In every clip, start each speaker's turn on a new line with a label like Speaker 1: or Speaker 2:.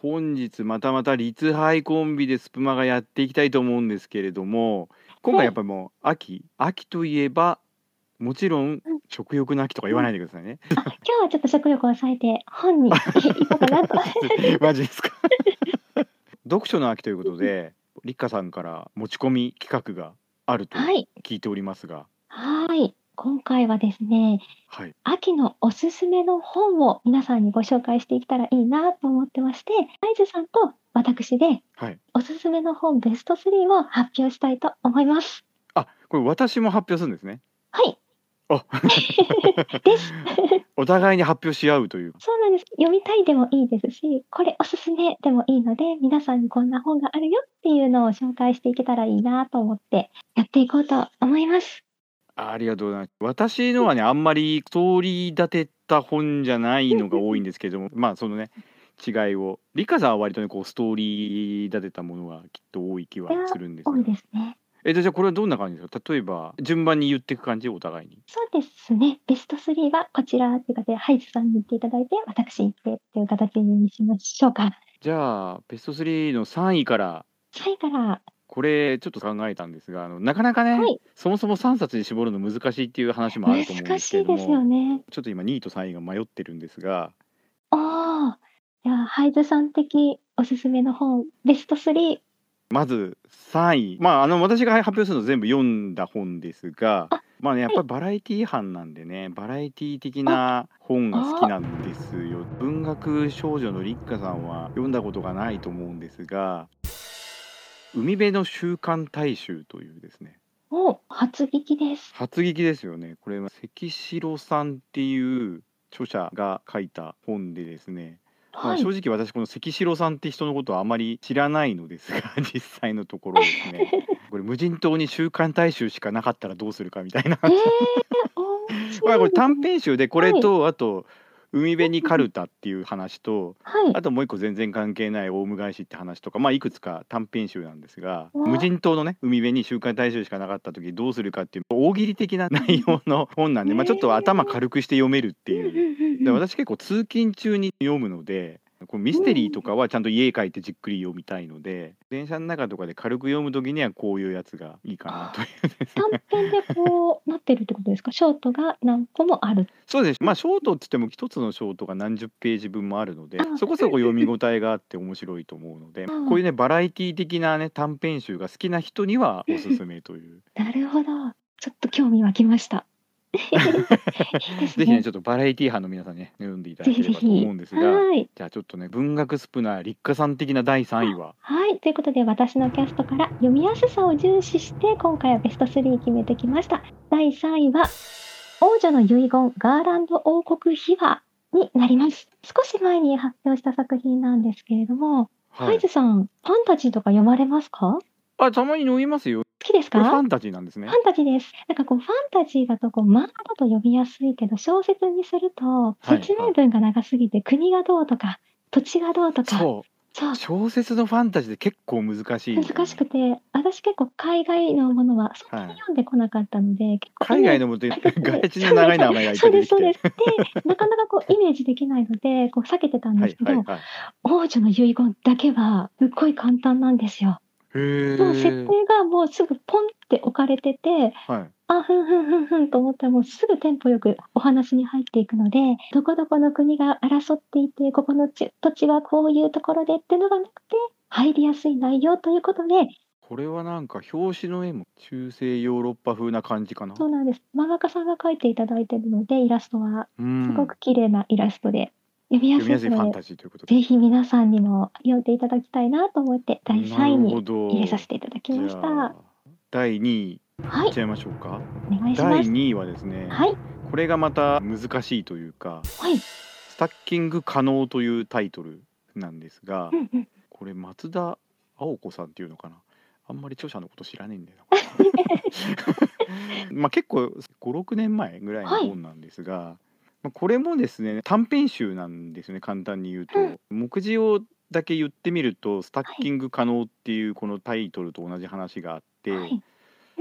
Speaker 1: 本日またまた立杯コンビでスプマがやっていきたいと思うんですけれども、今
Speaker 2: は
Speaker 1: 回やっ
Speaker 2: い。
Speaker 1: ぱりもう秋、秋といえば、もちろん
Speaker 2: うん。
Speaker 1: 食欲の秋とか言
Speaker 2: う
Speaker 1: わ
Speaker 2: ん。
Speaker 1: ないでくださいね。
Speaker 2: あ、今日はちょっと食欲を抑えて、本に行こうかな と。
Speaker 1: マジですか。読書の秋というこ
Speaker 2: う
Speaker 1: と
Speaker 2: んうん。
Speaker 1: で、りっかさんから持ち込み企画があると
Speaker 2: はい。
Speaker 1: 聞いておりますが。
Speaker 2: はい。今回はですね、
Speaker 1: はい。
Speaker 2: 秋のおすすめの本を皆さんにご紹介していけたらいいなと思ってまして、あいずさんと私で
Speaker 1: はい。
Speaker 2: おすすめの本ベスト3を発表したいと思います。
Speaker 1: あ、これ私も発表するんですね。
Speaker 2: はい。
Speaker 1: あ。
Speaker 2: です。
Speaker 1: お互いに発表し合うという。
Speaker 2: そうなんです。読みたいでもいいですし、これおすすめでもいいので、皆さんにこんな本があるよっていうのを紹介していけたらいいなと思ってやっていこうと思います。
Speaker 1: ありがとうございます。私
Speaker 2: う
Speaker 1: の
Speaker 2: ん。
Speaker 1: はね、あんまりストーリー立てた本じゃない
Speaker 2: うんう
Speaker 1: のが多いん
Speaker 2: ん。
Speaker 1: ですけど も、まあ、そのね、違いを、りかさんは割とね、こうストーリー立てたものがきっと多い気
Speaker 2: これ
Speaker 1: はす
Speaker 2: は
Speaker 1: るんです
Speaker 2: 多い
Speaker 1: が。
Speaker 2: ですね。
Speaker 1: え、じゃあこれはどんな感じですか？例えば、順番に言ってく感じ？お互いに。
Speaker 2: そうですね。ベスト3はこちらっていうかで、ハイジさんに言っていただいて、私行ってっていう形にしましょうか。
Speaker 1: じゃあ、ベスト3の3位から
Speaker 2: 3位から、
Speaker 1: これちょっと考えたんですが、あの、なかなか
Speaker 2: は
Speaker 1: ね、
Speaker 2: い。
Speaker 1: そもそも3冊に絞るの難しいっていう話もあると思うん
Speaker 2: 難
Speaker 1: ですけれ
Speaker 2: しい
Speaker 1: ど
Speaker 2: ですよ
Speaker 1: も、
Speaker 2: ね。
Speaker 1: ちょっと今2位と3位が迷ってるんですが、
Speaker 2: おお。じゃあ、ハイジさん的おすすめの本、ベスト3。
Speaker 1: まず3位、まあ、あの私が発表するの全部読んだ本ですが、
Speaker 2: あ、は
Speaker 1: まあね、やっぱり
Speaker 2: い。
Speaker 1: バラエティ班なんでね、バラエティ的
Speaker 2: あ、
Speaker 1: な本が好き
Speaker 2: ああ。
Speaker 1: なんですよ。文学少女の立花さんは読んだことがないと思うんですが、海辺の週刊大衆というですね、
Speaker 2: お、初聞きです。
Speaker 1: 初聞きですよね。これは関城さんっていう著者が書いた本でですね、まあ、
Speaker 2: は
Speaker 1: 正
Speaker 2: い。
Speaker 1: 直私この関城さんって人のことはあまり知らないのですが 実際のところです ねこれ無人島に「週刊大衆」しかなかったらどうするかみたいな
Speaker 2: ええ 面
Speaker 1: まあ これ
Speaker 2: 白いです
Speaker 1: 短
Speaker 2: ね。
Speaker 1: 編集でこれ
Speaker 2: はい。
Speaker 1: とあと「海辺に
Speaker 2: う
Speaker 1: カ
Speaker 2: んう
Speaker 1: ル
Speaker 2: ん。
Speaker 1: タ」っていう話と
Speaker 2: は
Speaker 1: あ
Speaker 2: い。
Speaker 1: ともう一個全然関係ない「オウム返し」って話とかまあいくつか短編集なんですが無
Speaker 2: わあ。
Speaker 1: 人島のね海辺に「週刊大衆」しかなかった時どうするかっていう大喜利的な
Speaker 2: う
Speaker 1: 内
Speaker 2: ん
Speaker 1: 容の本なん
Speaker 2: うん。
Speaker 1: で、まあ、ちょっと頭
Speaker 2: ええ。
Speaker 1: 軽くして読めるって
Speaker 2: うんう
Speaker 1: いう。
Speaker 2: んうん
Speaker 1: で
Speaker 2: うん。
Speaker 1: 私結構通勤中に読むのでこうミ
Speaker 2: う
Speaker 1: ステリー
Speaker 2: ん。
Speaker 1: とかはちゃんと家帰ってじっくり読みたいので電車の中とかで軽く読む時にはこういうやつがいいかなとい
Speaker 2: ああ。
Speaker 1: うです
Speaker 2: 短
Speaker 1: ね
Speaker 2: 編でこうなってるってことですかショートが何個もある。
Speaker 1: そうですまあショートっつっても一つのショートが何十ページ分もあるの
Speaker 2: あ、
Speaker 1: で
Speaker 2: うん
Speaker 1: そこそこ読み応えがあって面白いと思うので
Speaker 2: う。
Speaker 1: こうんいうねバラエティ的なね短編集が好きな人には
Speaker 2: う
Speaker 1: おす
Speaker 2: ん
Speaker 1: すめとい う。
Speaker 2: なるほど。ちょっと興味湧きました。 いいです
Speaker 1: ぜひね、
Speaker 2: ね。
Speaker 1: ちょっとバラエティ班の皆さんね、読んでいた
Speaker 2: ぜ
Speaker 1: だけ
Speaker 2: ひ
Speaker 1: れ
Speaker 2: ぜ
Speaker 1: ばと思
Speaker 2: ひ。
Speaker 1: うんですが、
Speaker 2: はい。
Speaker 1: じゃあちょっとね、文学スプナー、立花さん的な第3位は、
Speaker 2: はい。ということで、私のキャストから読みやすさを重視して、今回はベスト3決めてきました。第3位は、王女の遺言ガーランド王国秘話になります。少し前に発表した作品なんですけれども、ハ
Speaker 1: は
Speaker 2: イ
Speaker 1: い。
Speaker 2: ズさん、ファンタジーとか読まれますか好
Speaker 1: あ、たまに飲みますよ。
Speaker 2: きです
Speaker 1: これフ
Speaker 2: か
Speaker 1: ァンタジーなんです
Speaker 2: フ
Speaker 1: ね。
Speaker 2: ァンタジーです。なんかこう、ファンタジーだとこう、漫画だと読みやすいけど、小説にすると、
Speaker 1: はい
Speaker 2: 説
Speaker 1: は
Speaker 2: 明
Speaker 1: い。
Speaker 2: 文が長すぎて、国がどうとか、土地がどうとか、
Speaker 1: そう。
Speaker 2: そう、
Speaker 1: 小説のファンタジーって結構難しいですよ
Speaker 2: 難しく
Speaker 1: ね。
Speaker 2: て、私結構海外のものはそん
Speaker 1: は
Speaker 2: なに
Speaker 1: い。
Speaker 2: 読んでこなかったので、結構イ
Speaker 1: 海
Speaker 2: メー
Speaker 1: 外
Speaker 2: ジ
Speaker 1: のもと
Speaker 2: そう
Speaker 1: 外
Speaker 2: で
Speaker 1: 地
Speaker 2: す、
Speaker 1: の長い名前がいっぱ
Speaker 2: そ
Speaker 1: いう出
Speaker 2: で
Speaker 1: てき
Speaker 2: す、そうで
Speaker 1: て。
Speaker 2: す。で、なかなかこうイメージできないので、こう避けてたん
Speaker 1: は
Speaker 2: です
Speaker 1: い
Speaker 2: け
Speaker 1: はい
Speaker 2: ど、
Speaker 1: はい。
Speaker 2: 王女の遺言だけはすっごい簡単なんですよ。もう設
Speaker 1: へえ。
Speaker 2: 定がもうすぐポンって置かれてて、
Speaker 1: はい。
Speaker 2: あ、ふんふんふんふんと思ったらもうすぐテンポよくお話に入っていくので、どこどこの国が争っていて、ここの地土地はこういうところでってのがなくて、入りやすい内容ということで、
Speaker 1: これはなんか表紙の絵も中世ヨーロッパ風な感じかな。
Speaker 2: そうなんです。漫画家さんが描いていただいているので、イラストは
Speaker 1: う
Speaker 2: すご
Speaker 1: ん。
Speaker 2: く綺麗なイラストで読みや
Speaker 1: 読み
Speaker 2: す
Speaker 1: や
Speaker 2: い
Speaker 1: すいファ
Speaker 2: の
Speaker 1: ン
Speaker 2: で、
Speaker 1: タジーということで。
Speaker 2: ぜひ皆さんにも読んでいただきたいなと思って第
Speaker 1: な
Speaker 2: 3位
Speaker 1: る
Speaker 2: に
Speaker 1: ほ
Speaker 2: 入れさ
Speaker 1: ど。
Speaker 2: せていただき
Speaker 1: じ
Speaker 2: ま
Speaker 1: ゃ
Speaker 2: した。
Speaker 1: あ、第2
Speaker 2: はい
Speaker 1: いっ
Speaker 2: い、
Speaker 1: ちゃいましょうか。
Speaker 2: お願いしま
Speaker 1: 第
Speaker 2: す。
Speaker 1: 2位はですね、
Speaker 2: はい、
Speaker 1: これがまた難しいというか、
Speaker 2: はい、
Speaker 1: スタッキング可能というタイトルなんですが、
Speaker 2: うんうん。
Speaker 1: これ松田青子さんっていうのかなあんまり著者のこと知らねえんだよ なこれまあ結構56年前ぐらいの
Speaker 2: はい、
Speaker 1: 本なんですが、まあ、これもですね短編集なんですよね簡単に言う
Speaker 2: うん、
Speaker 1: と目次をだけ言ってみると「スタッ
Speaker 2: は
Speaker 1: キ
Speaker 2: い、
Speaker 1: ング可能」っていうこのタイトルと同じ話があっ
Speaker 2: は
Speaker 1: て
Speaker 2: い、うん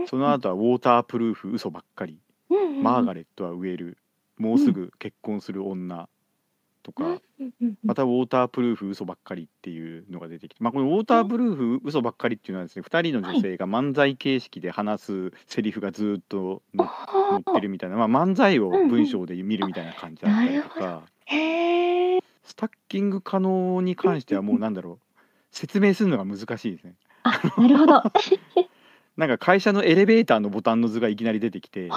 Speaker 1: そうの
Speaker 2: ん、
Speaker 1: 後は「ウォータープルーフ嘘ばっかり」
Speaker 2: うんう
Speaker 1: 「マー
Speaker 2: ん
Speaker 1: ガレットは植える」「も
Speaker 2: う
Speaker 1: うす
Speaker 2: ん、
Speaker 1: ぐ結婚する女」と
Speaker 2: う
Speaker 1: か
Speaker 2: んうんうん
Speaker 1: またウォータープルーフ嘘ばっかりっていうのが出てきて、まあ、このウォータープルーフ嘘ばっかりっていうのはですね2人の女性が漫才形式で話すセリフがずっとの載
Speaker 2: あ
Speaker 1: っ
Speaker 2: あ
Speaker 1: てるみたいな、まあ、漫才を文章で見るみたいな感じだったりと
Speaker 2: うんうん
Speaker 1: か
Speaker 2: へえ
Speaker 1: スタッキング可能に関してはもうなんだろう説明するのが難しいですね。
Speaker 2: あなる ほどは
Speaker 1: なんか会社のエレベーターのボタンの図がいきなり出てきて
Speaker 2: い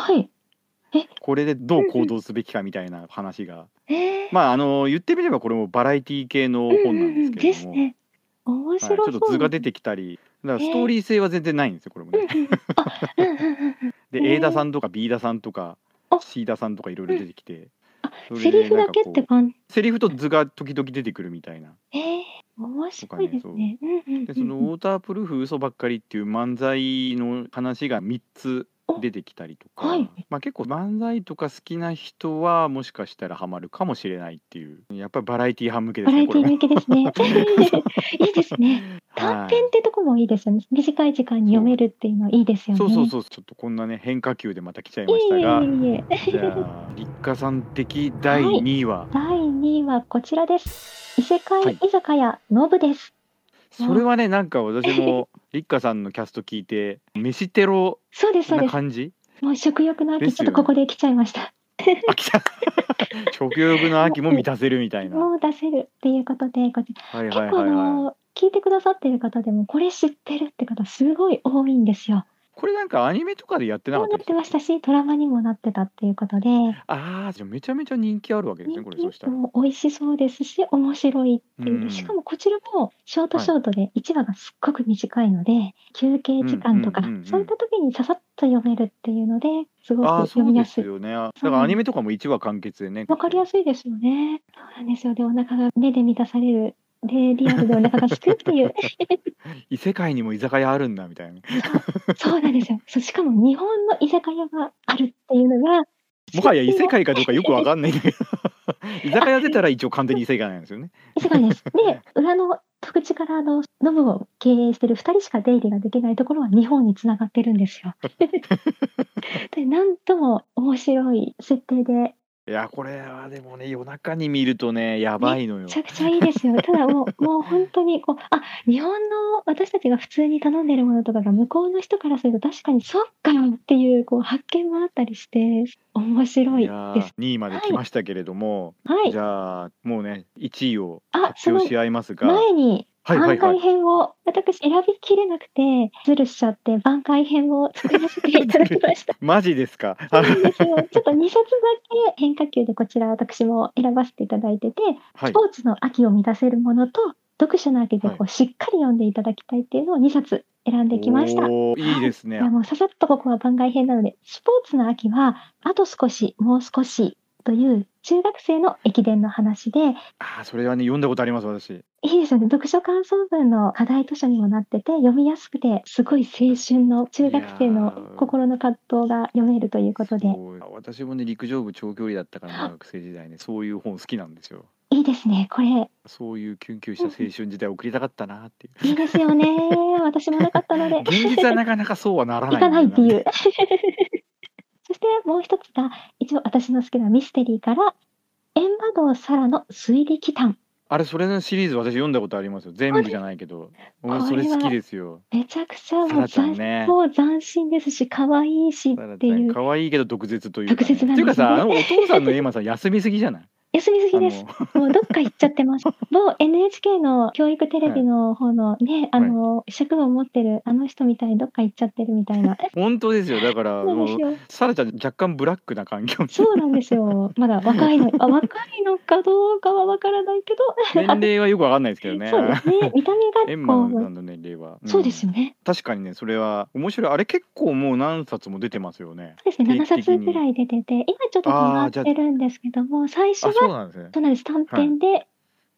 Speaker 1: これでどう行動すべきかみたいな話が
Speaker 2: へえ
Speaker 1: まああの言ってみればこれもバラエティ系の本なんですけれども、
Speaker 2: うんうんうんですね面
Speaker 1: はい、ち
Speaker 2: 白そう、
Speaker 1: ょっと図が出てきたりだからストーリー性は全然ないんですよこれもね。
Speaker 2: うんうんうん
Speaker 1: で
Speaker 2: へー
Speaker 1: A 田さんとか B 田さんとか
Speaker 2: あ
Speaker 1: C 田さんとかいろいろ出てきて そ
Speaker 2: うん、
Speaker 1: れ
Speaker 2: セ
Speaker 1: で
Speaker 2: リフだけ
Speaker 1: な
Speaker 2: っ
Speaker 1: んか
Speaker 2: て
Speaker 1: こ
Speaker 2: 感じ
Speaker 1: うセリフと図が時々出てくるみたいな。
Speaker 2: ええ面白いですね。うんうんうん
Speaker 1: でそのウォータープルーフ嘘ばっかりっていう漫才の話が3つ出てきたりとか、
Speaker 2: おはい
Speaker 1: まあ、結構漫才とか好きな人はもしかしたらハマるかもしれないっていうやっぱりバラエティ派向けで
Speaker 2: バ
Speaker 1: す
Speaker 2: ラ
Speaker 1: ね
Speaker 2: エ
Speaker 1: こ
Speaker 2: テ
Speaker 1: れ
Speaker 2: ィ
Speaker 1: も。
Speaker 2: 向けで すね。 いいですね。短編ってとこもいいですよね。短い時間に読めるっていうのいいですよね。
Speaker 1: そうそうそうちょっとこんなね変化球でまた来ちゃいましたが
Speaker 2: いえいえいえ。
Speaker 1: じゃあ立花さん的第2位は、
Speaker 2: 第2位はこちらです。異世界居酒屋ノブです。
Speaker 1: それはねなんか私も立花さんのキャスト聞いて飯テロ
Speaker 2: そうですそう
Speaker 1: な
Speaker 2: です。
Speaker 1: 感じ
Speaker 2: もう食欲の
Speaker 1: で
Speaker 2: 秋
Speaker 1: す
Speaker 2: ちょ
Speaker 1: よ
Speaker 2: っ
Speaker 1: ね
Speaker 2: とここで来ちゃいました。
Speaker 1: あ来た 食欲の秋も満たせるみたいな。
Speaker 2: もう出せるっていうことでこちら
Speaker 1: はいはい
Speaker 2: 結
Speaker 1: は
Speaker 2: 構あ
Speaker 1: いはい。
Speaker 2: の聞いてくださってる方でもこれ知ってるって方すごい多いんですよ。
Speaker 1: これなんかアニメとかでやってな
Speaker 2: そ
Speaker 1: か
Speaker 2: う
Speaker 1: っ
Speaker 2: な
Speaker 1: たで
Speaker 2: ってますしたしドラマにもなってたっていうことで。
Speaker 1: ああじゃあめちゃめちゃ人気あるわけですねこれそしたら。
Speaker 2: もう美味しそうですし面白いっていう、
Speaker 1: うん
Speaker 2: しかもこちらもショートショートで1話がすっごく短いので、休憩時間とか、
Speaker 1: うんうんうんうん
Speaker 2: そういった時にささっと読めるっていうのですご
Speaker 1: あ
Speaker 2: く
Speaker 1: あそ
Speaker 2: 読
Speaker 1: う
Speaker 2: み
Speaker 1: で
Speaker 2: や
Speaker 1: す
Speaker 2: すい。
Speaker 1: よね。だからアニメとかも一話完結でね。
Speaker 2: わかりやすいですよね。そうなんですよ。で、お腹が目で満たされる。で、リアルでお腹がすくっ ていう。
Speaker 1: 異世界にも居酒屋あるんだみたいな。
Speaker 2: そうなんですよ。そうしかも日本の居酒屋があるっていうのが、
Speaker 1: もはや異世界かどうかよくわかんないんだ けど居酒屋出たら一応完全に異世界なんですよね。
Speaker 2: 異世界です。で、裏の特地からあの、ノブを経営してる2人しか出入りができないところは日本につながってるんです よ。で、なんとも面白い設定で、め
Speaker 1: いやこれはでもね夜中に見るとねやばいのよ
Speaker 2: ち。ゃくちゃいいですよ。ただもう、もう本当にこう、あ、日本の私たちが普通に頼んでるものとかが向こうの人からすると確かにそっかっていうこう発見もあったりして、面白い
Speaker 1: いやー
Speaker 2: です。
Speaker 1: 2位まで来ましたけれども、
Speaker 2: はい
Speaker 1: じ。ゃあもうね1位を
Speaker 2: あ、
Speaker 1: 発
Speaker 2: その
Speaker 1: 表し合いますが
Speaker 2: 前に
Speaker 1: はいはい
Speaker 2: 番
Speaker 1: は
Speaker 2: 外
Speaker 1: い
Speaker 2: 編を私選びきれなくてズルしちゃって番外編を作らせていただきました。
Speaker 1: マジですか
Speaker 2: そうなんですよちょっと2冊だけ変化球でこちら私も選ばせていただいてて、
Speaker 1: はい
Speaker 2: スポーツの秋を満たせるものと読書の秋でこうしっかり読んでいただきたいっていうのを2冊選んできました。い
Speaker 1: おーいいですね
Speaker 2: やもうささっとここは番外編なのでスポーツの秋はあと少しもう少しという中学生の駅伝の話で
Speaker 1: あーそれはね読んだことあります私
Speaker 2: いいですよね読書感想文の課題図書にもなってて読みやすくてすごい青春の中学生
Speaker 1: いや
Speaker 2: の
Speaker 1: ー
Speaker 2: 心の葛藤が読めるということで
Speaker 1: そう私もね陸上部長距離だったからね
Speaker 2: あ
Speaker 1: 学生時代ねそういう本好きなんですよ
Speaker 2: いいですねこれ
Speaker 1: そういうキュンキュンした青春時代を送りたかったなっていう
Speaker 2: いいです よね私もなかったので
Speaker 1: 現実はなかなかそうは ならない
Speaker 2: いかないって
Speaker 1: ん
Speaker 2: い
Speaker 1: だよ
Speaker 2: うそしてもう一つが一応私の好きなミステリーから「エンマ号サラの推理奇譚
Speaker 1: あれそれのシリーズ私読んだことありますよ全部じゃないけど
Speaker 2: れ
Speaker 1: 俺それ好きですよ」
Speaker 2: めちゃくち
Speaker 1: サ
Speaker 2: ゃもう
Speaker 1: ラちゃん
Speaker 2: 斬,、
Speaker 1: ね
Speaker 2: もう斬新ですし可愛いし
Speaker 1: サラ
Speaker 2: って
Speaker 1: ちゃ
Speaker 2: い
Speaker 1: ん
Speaker 2: う
Speaker 1: 可愛いけど毒舌というか、
Speaker 2: 毒舌なん
Speaker 1: っていうか
Speaker 2: ですね
Speaker 1: さあのお父さんのエマさん休みすぎじゃ ない
Speaker 2: 休みすぎです。
Speaker 1: あ
Speaker 2: もうどっか行っちゃって ます。某 NHK の教育テレビの方のね、あの、尺を持ってるあの人みたいにどっか行っちゃってるみたいな。
Speaker 1: の本当ですよだから
Speaker 2: そうなん
Speaker 1: も
Speaker 2: で
Speaker 1: う
Speaker 2: すよ。
Speaker 1: サラちゃん若干ブラックな環境に
Speaker 2: そうなんですよ。まだ若いの、あ若いのかどうかはわからないけど、
Speaker 1: 年齢はよくわかんないですけどね
Speaker 2: そうですね。見た
Speaker 1: エ
Speaker 2: 目
Speaker 1: ン
Speaker 2: が
Speaker 1: マ
Speaker 2: こ
Speaker 1: さ
Speaker 2: う、
Speaker 1: んの年齢は、ん
Speaker 2: そうですよね。
Speaker 1: 確かにねそれは面白いあれ結構もう何冊も出てますよね
Speaker 2: そうですね。
Speaker 1: 定期
Speaker 2: 7
Speaker 1: 的に
Speaker 2: 冊くらい出てて、今ちょっと止まってるんですけども、最初
Speaker 1: あそう
Speaker 2: は、
Speaker 1: なんですね
Speaker 2: そうなんです。短編で、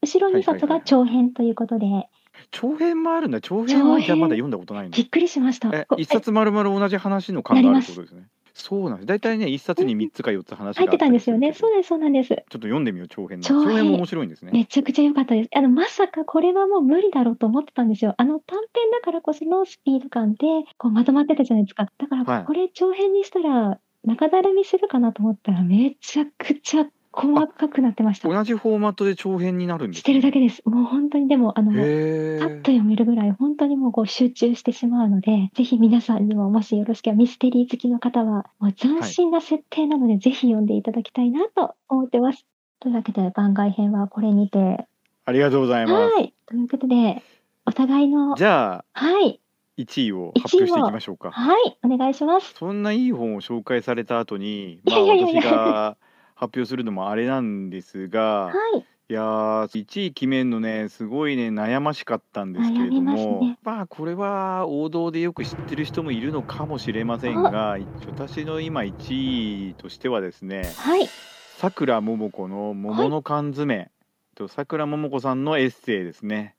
Speaker 2: 後ろ2冊が長編ということで、
Speaker 1: 長編もあるんだ長編はじゃあまだ読んだことないんだ
Speaker 2: びっくりしました。
Speaker 1: え
Speaker 2: こう
Speaker 1: 一冊まるまる同じ話の感があるってことですねそうなんです大体ね一冊に三つか四つ話があ
Speaker 2: 入ってたんですよね。
Speaker 1: ちょ
Speaker 2: そうです、そうなんです。
Speaker 1: っと読んでみよう長編の
Speaker 2: 長
Speaker 1: 長
Speaker 2: 編
Speaker 1: 編も面白いんですね
Speaker 2: めちゃくちゃ良かったです。あの、まさかこれはもう無理だろうと思ってたんですよ。あの短編だからこそのスピード感で、こうまとまってたじゃないですか。だか
Speaker 1: はい
Speaker 2: ら、これ長編にしたら、中だるみするかなと思ったら、めちゃくちゃ細かくなってました。
Speaker 1: 同じフォーマットで長編になるんです
Speaker 2: し
Speaker 1: か
Speaker 2: てるだけです。もう本当にでも、あの、
Speaker 1: へ
Speaker 2: もう
Speaker 1: え
Speaker 2: パッと読めるぐらい本当にもうこう集中してしまうのでぜひ皆さんにももしよろしければミステリー好きの方はもう斬新な設定なので、ぜひ読んでいただきたいなと思ってます。というわけで番外編はこれにて
Speaker 1: ありがとうございます、
Speaker 2: はいということでお互いの
Speaker 1: じゃあ
Speaker 2: はい
Speaker 1: 1位を発表していきましょうか
Speaker 2: はいお願いします。
Speaker 1: そんないい本を紹介された後にまあ
Speaker 2: いやいやい
Speaker 1: 私
Speaker 2: や
Speaker 1: が発表するのもあれなんですが
Speaker 2: はい
Speaker 1: いやー1位決めんのねすごいね悩ましかったんですけれど
Speaker 2: 悩みます
Speaker 1: も
Speaker 2: ね
Speaker 1: まあこれは王道でよく知ってる人もいるのかもしれませんが私の今1位としてはですね
Speaker 2: はい
Speaker 1: さくらももこの「桃の缶詰」とさくらももこさんのエッセイですね。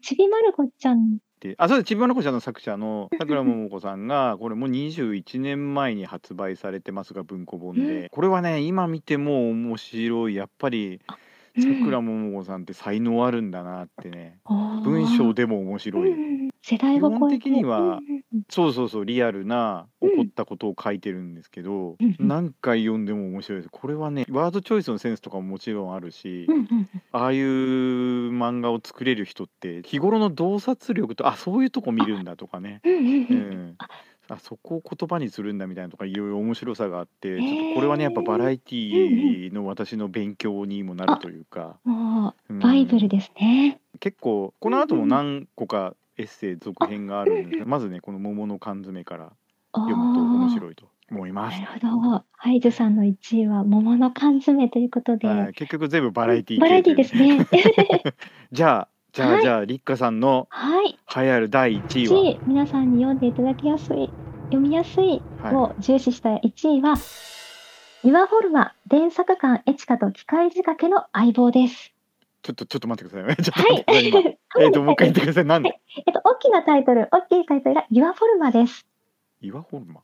Speaker 2: ちびまる子ちゃん
Speaker 1: であそうですちびまる子ちゃんの作者 のさくらももこさんがこれもう21年前に発売されてますが文庫本で、
Speaker 2: う
Speaker 1: これはね今見ても面白いやっぱりさくらももこさんって才能あるんだなってね、文章でも面白い、
Speaker 2: うん世代を超えて
Speaker 1: 基本的には
Speaker 2: うんうん
Speaker 1: そうそうそうリアルな
Speaker 2: うん
Speaker 1: 起こったことを書いてるんですけど、
Speaker 2: うんうん
Speaker 1: 何回読んでも面白いですこれはねワードチョイスのセンスとかももちろんあるし、
Speaker 2: うんうんうん
Speaker 1: ああいう漫画を作れる人って日頃の洞察力とあそういうとこ見るんだとかね
Speaker 2: うんうん
Speaker 1: う
Speaker 2: うん
Speaker 1: ん、あそこを言葉にするんだみたいなとかいろいろ面白さがあって、
Speaker 2: ー
Speaker 1: ちょっとこれはねやっぱバラエティーの私の勉強にもなるというか、
Speaker 2: も
Speaker 1: うん
Speaker 2: うバイブルですね。
Speaker 1: 結構この後も何個かエッセイ続編があるんですけど、まずねこの「桃の缶詰」から読むと面
Speaker 2: い。
Speaker 1: 白いと思います
Speaker 2: な。るほど。ハイズさんの1位は桃の缶詰ということで。
Speaker 1: はい、結局全部バラエティー
Speaker 2: バラエティ
Speaker 1: 系
Speaker 2: ーで すね。
Speaker 1: じゃあじゃあ、
Speaker 2: はい
Speaker 1: じゃあ立花さんの
Speaker 2: はい。
Speaker 1: 流行る第1位は、
Speaker 2: 1位、皆さんに読んでいただきやすい、読みやすい
Speaker 1: はい
Speaker 2: を重視した1位は、岩フォルマ、電作館エチカと機械仕掛けの相 棒です。
Speaker 1: ちょっとちょっと待ってくださいね。 ちょっと
Speaker 2: は
Speaker 1: 待
Speaker 2: い
Speaker 1: ってください。今。えっともう一回言っ て
Speaker 2: え
Speaker 1: ください。なんで？
Speaker 2: っと、大きなタイトル、大きいタイトルが岩フォルマです。
Speaker 1: 岩ホルマ。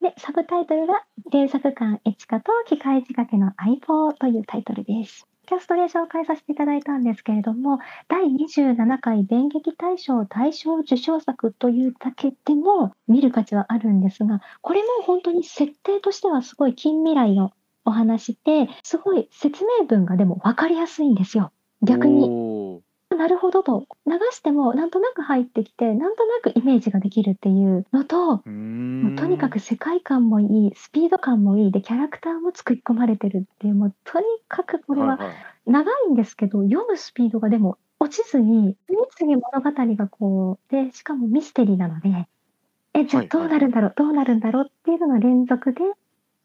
Speaker 2: で、サブタイトルが、原作館エチカと機械仕掛けの相棒というタイトルです。キャストで紹介させていただいたんですけれども、第27回電撃大賞大賞受賞作というだけでも見る価値はあるんですが、これも本当に設定としてはすごい近未来のお話で、すごい説明文がでも分かりやすいんですよ。逆に、
Speaker 1: おー
Speaker 2: なるほどと流してもなんとなく入ってきて、なんとなくイメージができるっていうの
Speaker 1: う
Speaker 2: と、
Speaker 1: ー
Speaker 2: も
Speaker 1: ん
Speaker 2: うとにかく世界観もいいスピード感もいいでキャラクターも作り込まれてるっていうもうとにかくこれはい
Speaker 1: はい
Speaker 2: 長いんですけど読むスピードがでも落ちずに次々物語がこうでしかもミステリーなので
Speaker 1: はいはいう
Speaker 2: えじゃあどなるんだろう、どうなるんだろうっていうのの連続で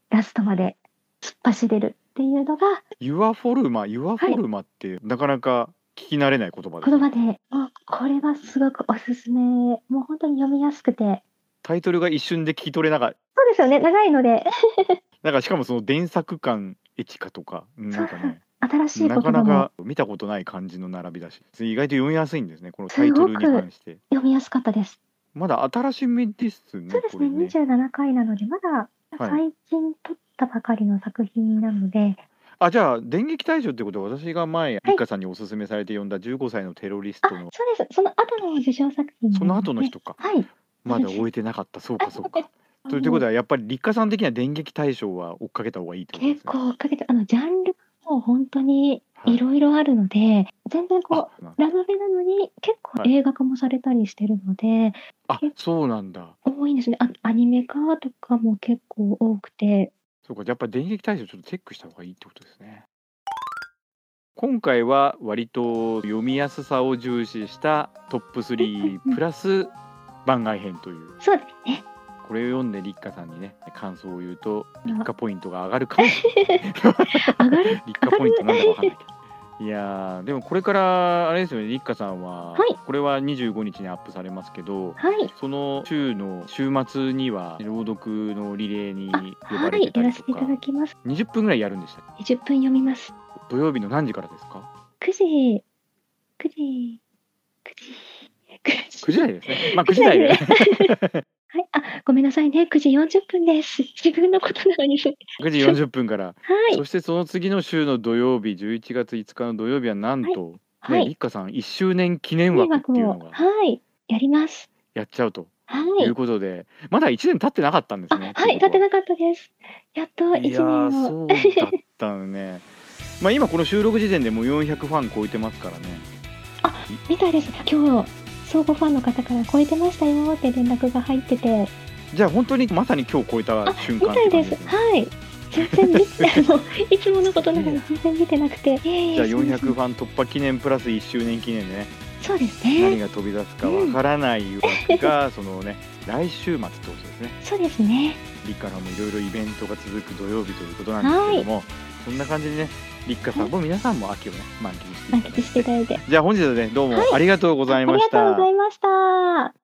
Speaker 2: ラストまで突っ走れるっていうのが
Speaker 1: ユアフォルマ、ユアフォルマってなかなか聞き慣れない言葉ですね、
Speaker 2: 言葉でもうこれはすごくおすすめもう本当に読みやすくて
Speaker 1: タイトルが一瞬で聞き取れながら、
Speaker 2: そうですよね長いので
Speaker 1: なんかしかもその電作感駅かとか、なんかね、
Speaker 2: 新しい言葉
Speaker 1: なかな
Speaker 2: も
Speaker 1: か見たことない感じの並びだし、意外と読みやすいんですね、このタイトルに
Speaker 2: すごく
Speaker 1: 関して。
Speaker 2: 読みやすかったです。
Speaker 1: まだ新しめですね
Speaker 2: そうで、す
Speaker 1: こ
Speaker 2: ね
Speaker 1: れね。
Speaker 2: 27回なのでまだ
Speaker 1: はい
Speaker 2: 最近撮ったばかりの作品なので、
Speaker 1: あ、じゃあ電撃退場ってことは私が前、リカさんにおすすめされて読んだ15歳のテロリス
Speaker 2: あ
Speaker 1: ト
Speaker 2: そう
Speaker 1: の
Speaker 2: ですその後の受賞作品なで
Speaker 1: その後の人か。
Speaker 2: はい
Speaker 1: まだ終えてなかった、そうかそうか。ということはやっぱり立花さん的には電撃対象は追っかけた方がいいってことですね
Speaker 2: 結。構かけてあのジャンルも本当にいろいろあるので、全然こ
Speaker 1: あ
Speaker 2: うラノベなのに結構
Speaker 1: はい
Speaker 2: 映画化もされたりしてるので、
Speaker 1: あそうなんだ
Speaker 2: 多いんですねあアニメ化とかも結構多くて
Speaker 1: そうかやっぱ電撃対象ちょっとチェックした方がいいってことですね今回は割と読みやすさを重視したトップ3プラス番外編という
Speaker 2: そうですね
Speaker 1: これを読んで立花さんにね感想を言うと立花ポイントが上がるかもしれない
Speaker 2: 上がる
Speaker 1: 立花ポイントなんだかわかんな いけどいやーでもこれからあれですよね立花さんは、
Speaker 2: はい
Speaker 1: これは25日にアップされますけど
Speaker 2: はい
Speaker 1: その週の週末には朗読のリレーに呼ば
Speaker 2: は
Speaker 1: れ
Speaker 2: い
Speaker 1: てた
Speaker 2: やら
Speaker 1: り
Speaker 2: せ
Speaker 1: と
Speaker 2: てい
Speaker 1: か、
Speaker 2: ただきます
Speaker 1: 20分ぐらいやるんでしたっ
Speaker 2: 20分読みます
Speaker 1: け土曜日の何時からですか
Speaker 2: 9時、9時、
Speaker 1: 9
Speaker 2: 9時、
Speaker 1: 時台ですね まあ9時台で、
Speaker 2: 9 はい、あ、ごめんなさいね、9時40分です。 自分のことなのに。は
Speaker 1: 9時40分 からそ
Speaker 2: い、
Speaker 1: してその次の週の土曜日11月5日の土曜日はなんと、ね
Speaker 2: はい、
Speaker 1: 立花さん1周年記念
Speaker 2: 迷
Speaker 1: 枠ってい
Speaker 2: 惑
Speaker 1: う
Speaker 2: を
Speaker 1: の、が
Speaker 2: はい、やります。
Speaker 1: やっちゃうと、とい
Speaker 2: は
Speaker 1: うことで、まだ1年経ってなかったんですね
Speaker 2: い。。あ、はい、立て
Speaker 1: な
Speaker 2: なかったです。やっと1
Speaker 1: いやー、
Speaker 2: 年
Speaker 1: そ
Speaker 2: を。
Speaker 1: うだったの ね。まあ今この収録時点でもう400ファン超えてますからね。
Speaker 2: みたいです。今日、相互ファンの方から超えてましたよって連絡が入ってて。
Speaker 1: じゃあ本当にまさに今日超えた瞬
Speaker 2: み
Speaker 1: 間ったて
Speaker 2: い
Speaker 1: 感
Speaker 2: で
Speaker 1: じ
Speaker 2: す。
Speaker 1: ね
Speaker 2: はい。全然見て、あ の、いつものことながら全然見てなくて。じ
Speaker 1: じゃあ400ファン突破記念プラス1周年記念でね、
Speaker 2: そうです
Speaker 1: 何
Speaker 2: ね。
Speaker 1: が飛び出すかわからない枠 が、そのね、来週末ってことですね。
Speaker 2: そうですね。
Speaker 1: 立花さんもいろいろイベントが続く土曜日ということなんですけども、そんな感じでね、立花さんも皆さんも秋をね、満喫してい
Speaker 2: 満
Speaker 1: ただ
Speaker 2: 喫してい
Speaker 1: いて。
Speaker 2: ただいて。
Speaker 1: じゃあ本日はね、どうもありがとうございました。
Speaker 2: ありがとうございました。